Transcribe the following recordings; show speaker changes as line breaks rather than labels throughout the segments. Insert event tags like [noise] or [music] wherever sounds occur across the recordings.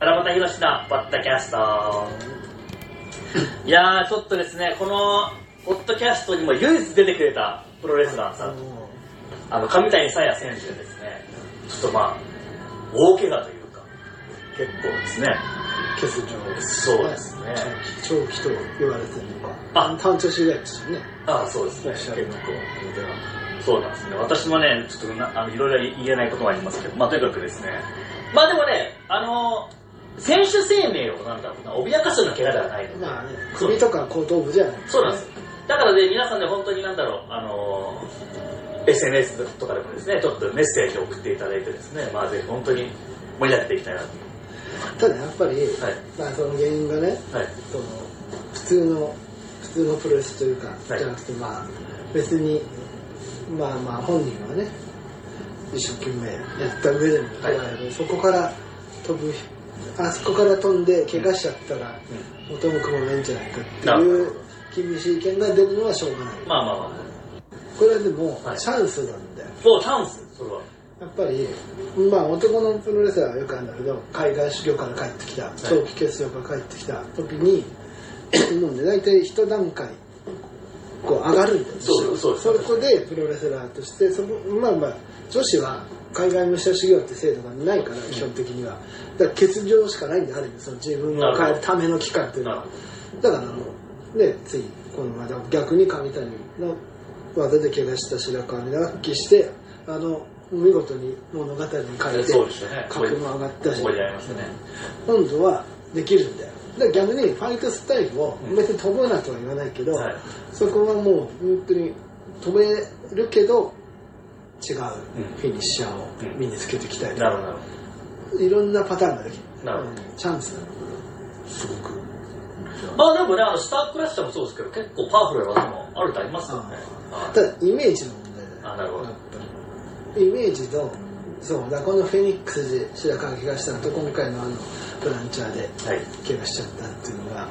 七夕ひろしのポッドキャスト。いやー、ちょっとですね、この、ポッドキャストにも唯一出てくれたプロレスラーさん、あの、上谷沙耶選手ですね、ちょっとまあ、大怪我というか、結構ですね。
欠場
そうですね
長期長期と言われてるのか
あ
単調次第でしたよね
ああ、そうですね、
いらっし
結構
ゃるの。
そうなんですね。私もね、ちょっとなあのいろいろ言えないこともありますけど、まあとにかくですね。まあでもね、あの選手生命をなんだろうな、脅かすような怪我ではないので、
まあね
そう
首とか後頭部じゃない
そうなんです。だからね、皆さんね、本当になんだろう、あの SNS とかでもですね、ちょっとメッセージを送っていただいてですね、まあぜひ本当に盛り上げていきたいなと。
ただやっぱり、
はい
まあ、その原因がね
はい。
その普通の普通のプロレスというか、
はい
じゃなくてまあ別にまあまあ本人はね一生懸命やった上でも
は
はいそこから飛ぶあそこから飛んで怪我しちゃったら元も子もないんじゃないかって
なる
い
ほ
う厳しい意見が出るのはしょうがない
まあまあま
これはでも、
はい
チャンスなんだよ
あ。もうチャンス、それは。
やっぱり、まあ、男のプロレスラーはよくあるんだけど海外修行から帰ってきた長期欠場から帰ってきた時に、もうね大体一段階こう上がるんだよ
そうそう
そこでプロレスラーとしてそこまあまあ女子は海外武者修行って制度がないから、基本的にはだから欠場しかないんである意味その自分を変えるための期間っていうの
なる
は
ほど
だからもうねついこの間逆に上谷の技で怪我した白川に発揮してあの見事に物語に変えて
そうですよね
格も上がったし
盛り上がりましたね。
今度はできるんだよだから逆にファイトスタイルを
うん
別に飛ぶなとは言わないけど、
はい
そこはもう本当に飛べるけど違うフィニッシャーを身につけていきたいと
なる
か、
ほど、なるほ
いろんなパターンができる
なるほど
うんチャンスなのすごく
ど。まあでもね、あの、スタークラッシャーもそうですけど、結構パワフルな技もあるとありますよね。はい
ただイメージの問題だよ
あなるほど
やっぱりイメージとそうだこのフェニックスで白川怪我したのと今回のあのブランチャーで
はい。
怪我しちゃったっていうのが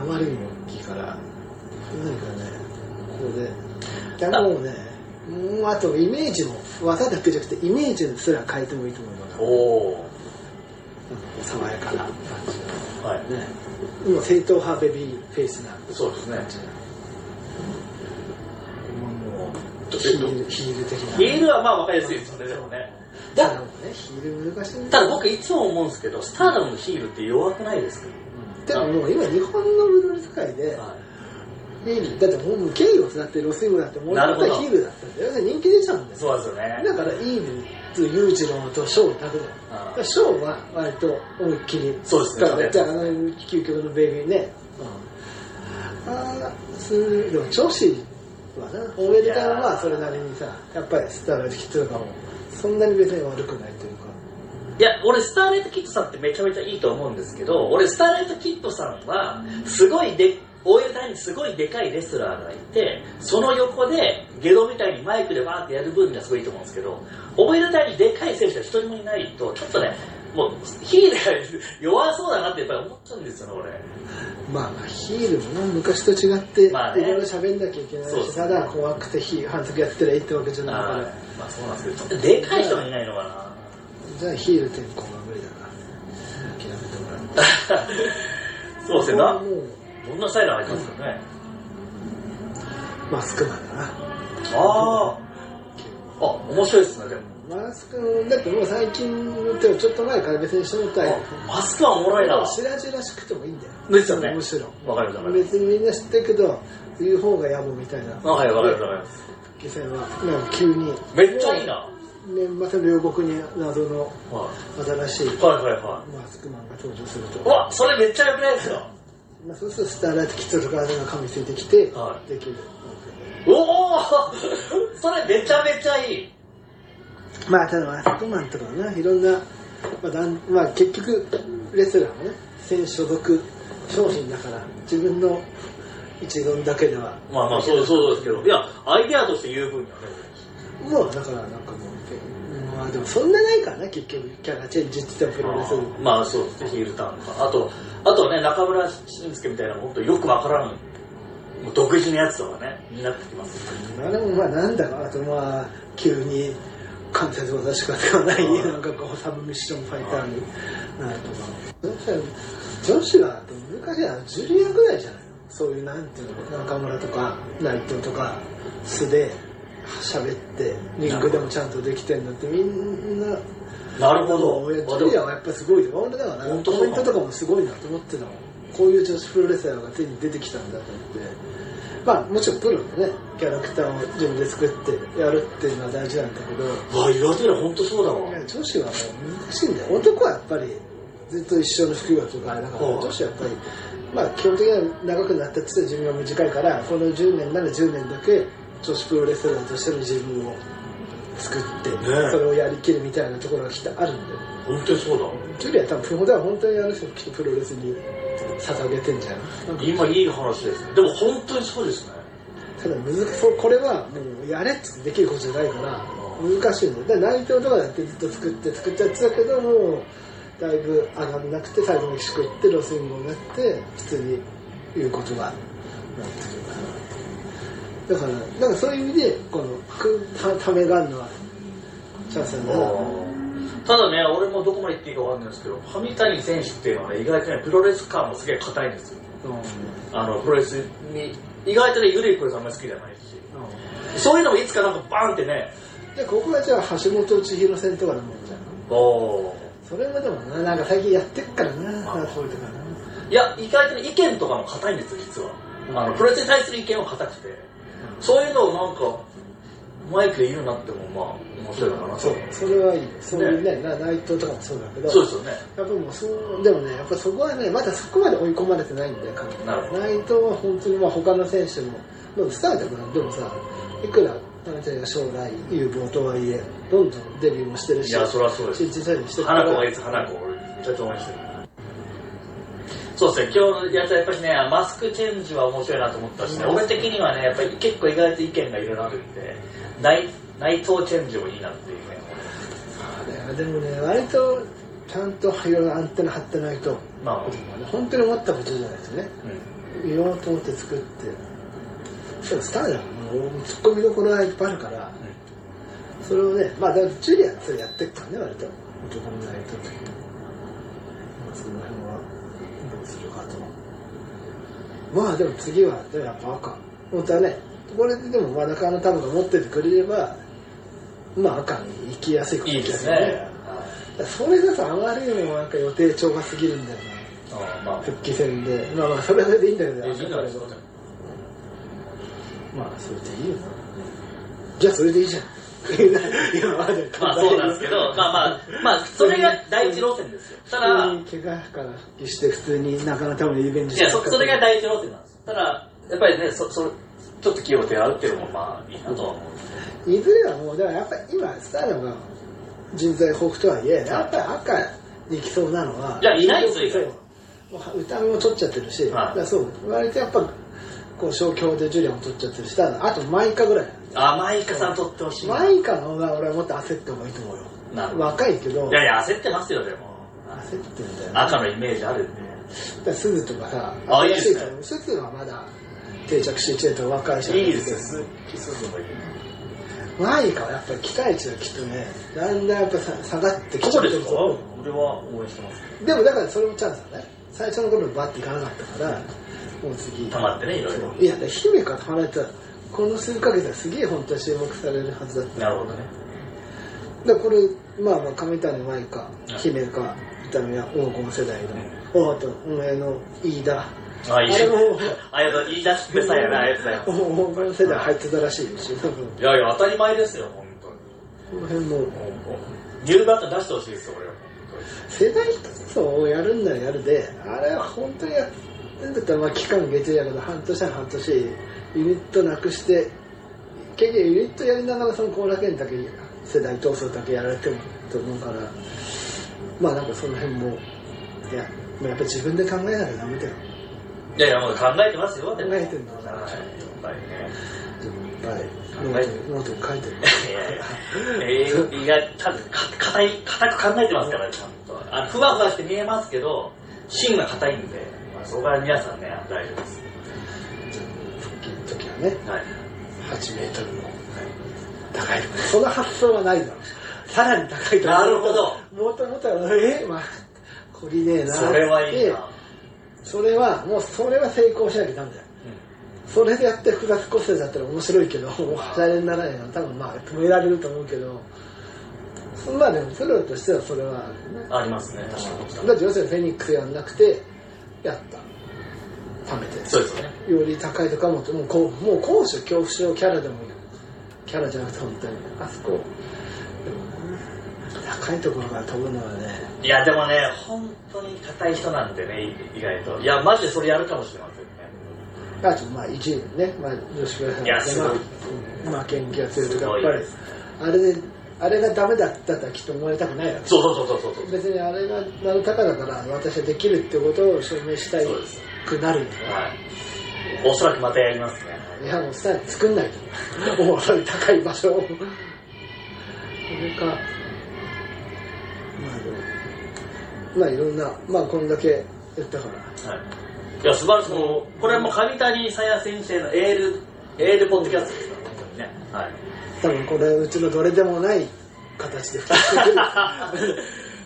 あまりにも大きいから何かねここでいやもうねもうあとイメージも技だけじゃなくてイメージすら変えてもいいと思います
おお。
爽やかな感
はい
じ。のねもう正統派ベビーフェイスな
そうですね
感じな
もう、
ヒ
えっと
ールヒール的な
ヒールはまあわかりやすいですよね、でもね。
だからね、ヒール難しいんだ
ただ僕いつも思うんですけど、スターダムのヒールって弱くないですか、
でももう今日本のブルーレス界で
は
ヒールだってもう敬意をだってロスイムだってもうだっ
な
た
る
ら
ほど
ヒールだったんだよね人気出ちゃうん
い、
だよ
そうですよね。
だからイーブンとユージローとショーだけだよだ
あ
か
ー
らショーは割と思いっきり
そうですね
だからじゃああの究極のベイビーね、うん、ああすでも女子はなおめでたいのはそれなりにさやっぱりスターライトキッズとかもそんなに別に悪くないというか
いや、俺スターライトキッドさんってめちゃめちゃいいと思うんですけど、俺スターライトキッドさんは、すごいで、大江谷にすごいでかいレスラーがいて、その横で、ゲドみたいにマイクでバーってやる分にはすごいいいと思うんですけど、大江谷にでかい選手が一人もいないと、ちょっとね、もう、ヒールが弱そうだなってやっぱり思っちゃうんですよね、俺。
まあまあヒールもな昔と違ってい
まあね
ろいろ喋んなきゃいけないし、
そうですね
ただ怖くてヒール反則やってりゃいいってわけじゃないか
あ
ら
ーまあそうなんですけどでかい人がいないのか
じゃあヒール転向は無理だな諦めてもらって
なそうですね
これは
な
もう
どんなスタイル入ってますかね
マスクマンだな
あああ面白いですねでも
マスクだってもう最近の手をちょっと前から別にしてもらったらいい
あマスクはおもろいな
しらじらしくてもいいんだよ
ですよね
むしろ
わかりますわかり
別にみんな知ってるけど言う方が野暮みたいな
ますはいわかりますわかります
気戦はなんか急に
めっちゃいいなは
年末の両国に謎の
いは
新しい
いはいは
マスクマンが登場すると
いうわそれめっちゃ良くないですか
まあ、そうするとスターライトキッズとかあれが噛みついてきて、
はい
できる
おおそれめちゃめちゃいい
まあただマスクマンとかはねいろんな、まあだんまあ、結局レスラーもね選手所属商品だから自分の一軍だけでは
まあまあそうそうですけどいやアイデアとして言う分にはね
もうだからなんかもうまあでもそんなないからね結局キャラチェンジって言ってもプロレス
あーまあそうですねヒールターンとかあとあとね中村俊輔みたいなもっとよくわからんもう独自のやつとかねになってきます
まあでもまあなんだかあとまあ急に関節技しか使わないなんかこうサブミッションファイターになるとかかに女子は難しいなジュリアぐらいじゃないのそういうなんていうの中村とか内藤とか素で喋ってリングでもちゃんとできてんだってみんな
なるほど。
俺ジ
あ
ュ
で
リア
も
はやっぱすごいと俺だからな
本
コ
当そう
メ
な
ン
の
トとかもすごいなと思ってたもんこういう女子プロレスラーが手に出てきたんだと思ってまあもちろんプロのねキャラクターを自分で作ってやるっていうのは大事なんだけど
わあ、言われてみれば本当そうだわ。
女子はもう難しいんだよ男はやっぱりずっと一緒の服がとかあれだから
うん
女子はやっぱりまあ基本的には長くなったって自分が短いからこの10年なら10年だけ女子プロレスラーとしての自分を作って、
ねえ
それをやりきるみたいなところがきっとあるんだよ
本当にそうだわ。
ジュリア多分プロでは本当にあの人きっとプロレスに捧げてんじゃない
今いい話ですね。でも本当にそうですね。
ただ難しいそうこれはもうやれっつってできることじゃないから難しいのだから内藤とかだってずっと作って作っちゃってたけどもうだいぶ上がんなくて最後メキシコ行ってロスインゴになって普通に言うことがなってるからだからなんかそういう意味でこのくたためがあるのはチャンスなんだな
ただね、俺もどこまで言っていいかわかんないんですけど、上谷選手っていうのはね、意外とね、プロレス感もすげえ硬いんですよ。
うんうん
あの、プロレスに、意外とね、ゆるいプロレスあんまり好きじゃないし。そういうのもいつかなんかバーンってね、
じゃあここがじゃあ橋本千尋戦とかのもんじゃん
おー
それはでもななんか最近やってっからな
あ
そういうとこない
や、意外とね、意見とかも硬いんですよ、実は。あの、プロレスに対する意見は硬くて。そういうのをなんか、マイクで言うなっても、まあ、面白いのかなと
そうそれはいいそういうねな内藤とかもそうだけど
そうですよね。
やっぱもうそうでもねやっぱそこはねまだそこまで追い込まれてないんだよ彼
なるほど
内藤は本当にまあ他の選手ももうスターだからでもさいくら内藤が将来有望とはいえどんどんデビューもしてるし
いや、そりゃそうです。
新人戦にしてる
花子がいつ花子俺めちゃくちゃ応援してるそうですね今日のやつはやっぱりねマスクチェンジは面白いなと思ったしね、
うん
俺的にはねやっぱり結構意外と意見がいろいろあるんで内内藤チェンジもいいなっていうね
あれでもね割とちゃんといろいろアンテナ張ってないと
まあ、うん、
本当に思ったことじゃないとね言おうと思って作ってでもスターだもんもうツッコミどころがいっぱいあるからそれをねまあだからジュリアはそれやってっからね割と男の内藤というまあその辺はどうするかとまあでも次はでもやっぱ赤本当はねこれででもまだかのタムが持っててくれればまあ赤に行きやすいこと
いいですね、
だ
はい
からそれがさあまりにもなんか予定調が過ぎるんだよね
あまあ
復帰戦でまあまあそれはそれでいいんだけど
いいんじゃないですか
まあそれでいいよなじゃあそれでいいじゃんいやまあでも
[laughs] まあそうなんですけどまあまあまあそれが第一路線ですよただ、
普通に怪我から復帰して普通になかなか多分リベンジ
いやそそれが第一路線なんですただやっぱりねそそちょっと気を手合うっていうのもまあいいなとは思う
いずれはもうだからやっぱり今スターダムが人材豊富とはいえやっぱり赤に行きそうなのはい
やいないですよいない
そうもう歌も取っちゃってるし、
はい
だからそう割とやっぱこう小強でジュリアも取っちゃってるしだからあとマイカぐらい
あマイカさん取ってほしいな
マイカの方が俺はもっと焦った方がいいと思うよ
なるほど
若いけど
いやいや、焦ってますよ、でも。
焦ってるんだよねだか
赤のイメージあるんで。
らすずとかさ
あいいですね
新しと思うすずはまだ定着してると若いし
いいですよ、キスすもいい。
マイカはやっぱり期待値がきっとねだんだんやっぱさ下がってきちゃってると思う
俺は応援してます。
でもだからそれもチャンスだね最初の頃バッていかなかったからもう次
溜まってねいろいろ
そういや姫から離れたらこの数ヶ月はすげえ本当は注目されるはずだった
なるほどね。
だからこれまあまあ上谷舞か姫か痛みは黄金世代のあとお前の飯田
あ、いい
あ
し
れも。
ありがとう、言い出してさえな、ありがとうござい [laughs] ます。
黄金世代入ってたらしいし多分
いやいや、当たり前ですよ、本当に。
この辺も
もうもうニューバット出してほしいですよ、俺は。
世代活動をやるんならやるであれは本当にやってんだったらまあ期間月曜やけど半年は半年ユニットなくして結局ユニットやりながらその後楽園だけ世代闘争だけやられてもと思うからまあなんかその辺もいやまあやっぱ自分で考えなきゃダメだよ
いやいや、もう考えてますよ、でも
考えてんの
はい、やっぱりね。
自分いっぱいノートノートに書いてる
えー、いや、多分か硬い、硬く考えてますから、ちゃんと。あのふわふわして見えますけど、芯が硬いんで、まあ、そこは皆さんね、大丈夫です。
復帰の時はね
はい。
8メートルの高いとこその発想はないだろうさらに高いとこ
なるほど
もともとはえまあ懲りねえなっつって
それはいいな、
それはもうそれは成功しなきゃダメだよそれでやって複雑骨折だったら面白いけどおしゃれにならないのは多分まあ止められると思うけどそまあでもプロとしてはそれはあるよね
うんありますね確かに
だって要するにフェニックスやんなくてやった貯めて
そうですよね
より高いとかももうこうもう高所恐怖症キャラでもいいキャラじゃなくて本当にあそこでもね高いところから飛ぶのはね
いやでもね本当に硬い人なんでね意外といやマジでそれやるかもしれませんね
あとまあ一位ね、まあ、女子プロ
いやすごい
まあ、まあ、研究が強いとか
す
や
ご
っ
い
ぱりあれであれがダメだったとはきっと思われたくないわけ
そうそうそうそうそう
別にあれがなるたかだから私はできるってことを証明したい
そうです
くなるんだか
はいおそらくまたやりますね
らいやもうさ作んないと思うそういう高い場所をそれかまあでもまあいろんなまあこんだけ言ったから
はいいや素晴らしいもうこれはもう上谷さや先生のエールエールポッドキャストですから本当にねはい
多分これうちのどれでもない形で復帰してくる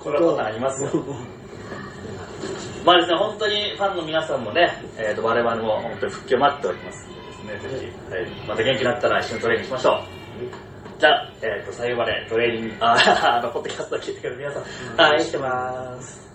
これはまたありますよ [laughs] まあですね、本当にファンの皆さんもね、えー、と我々も本当に復帰を待っておりますのでですね、ぜひ、はい、また元気になったら一緒にトレーニングしましょう。じゃあ、えー、と最後までトレーニング、ああの、ポッドキャストを聞いてくれる皆さん、はい、してます。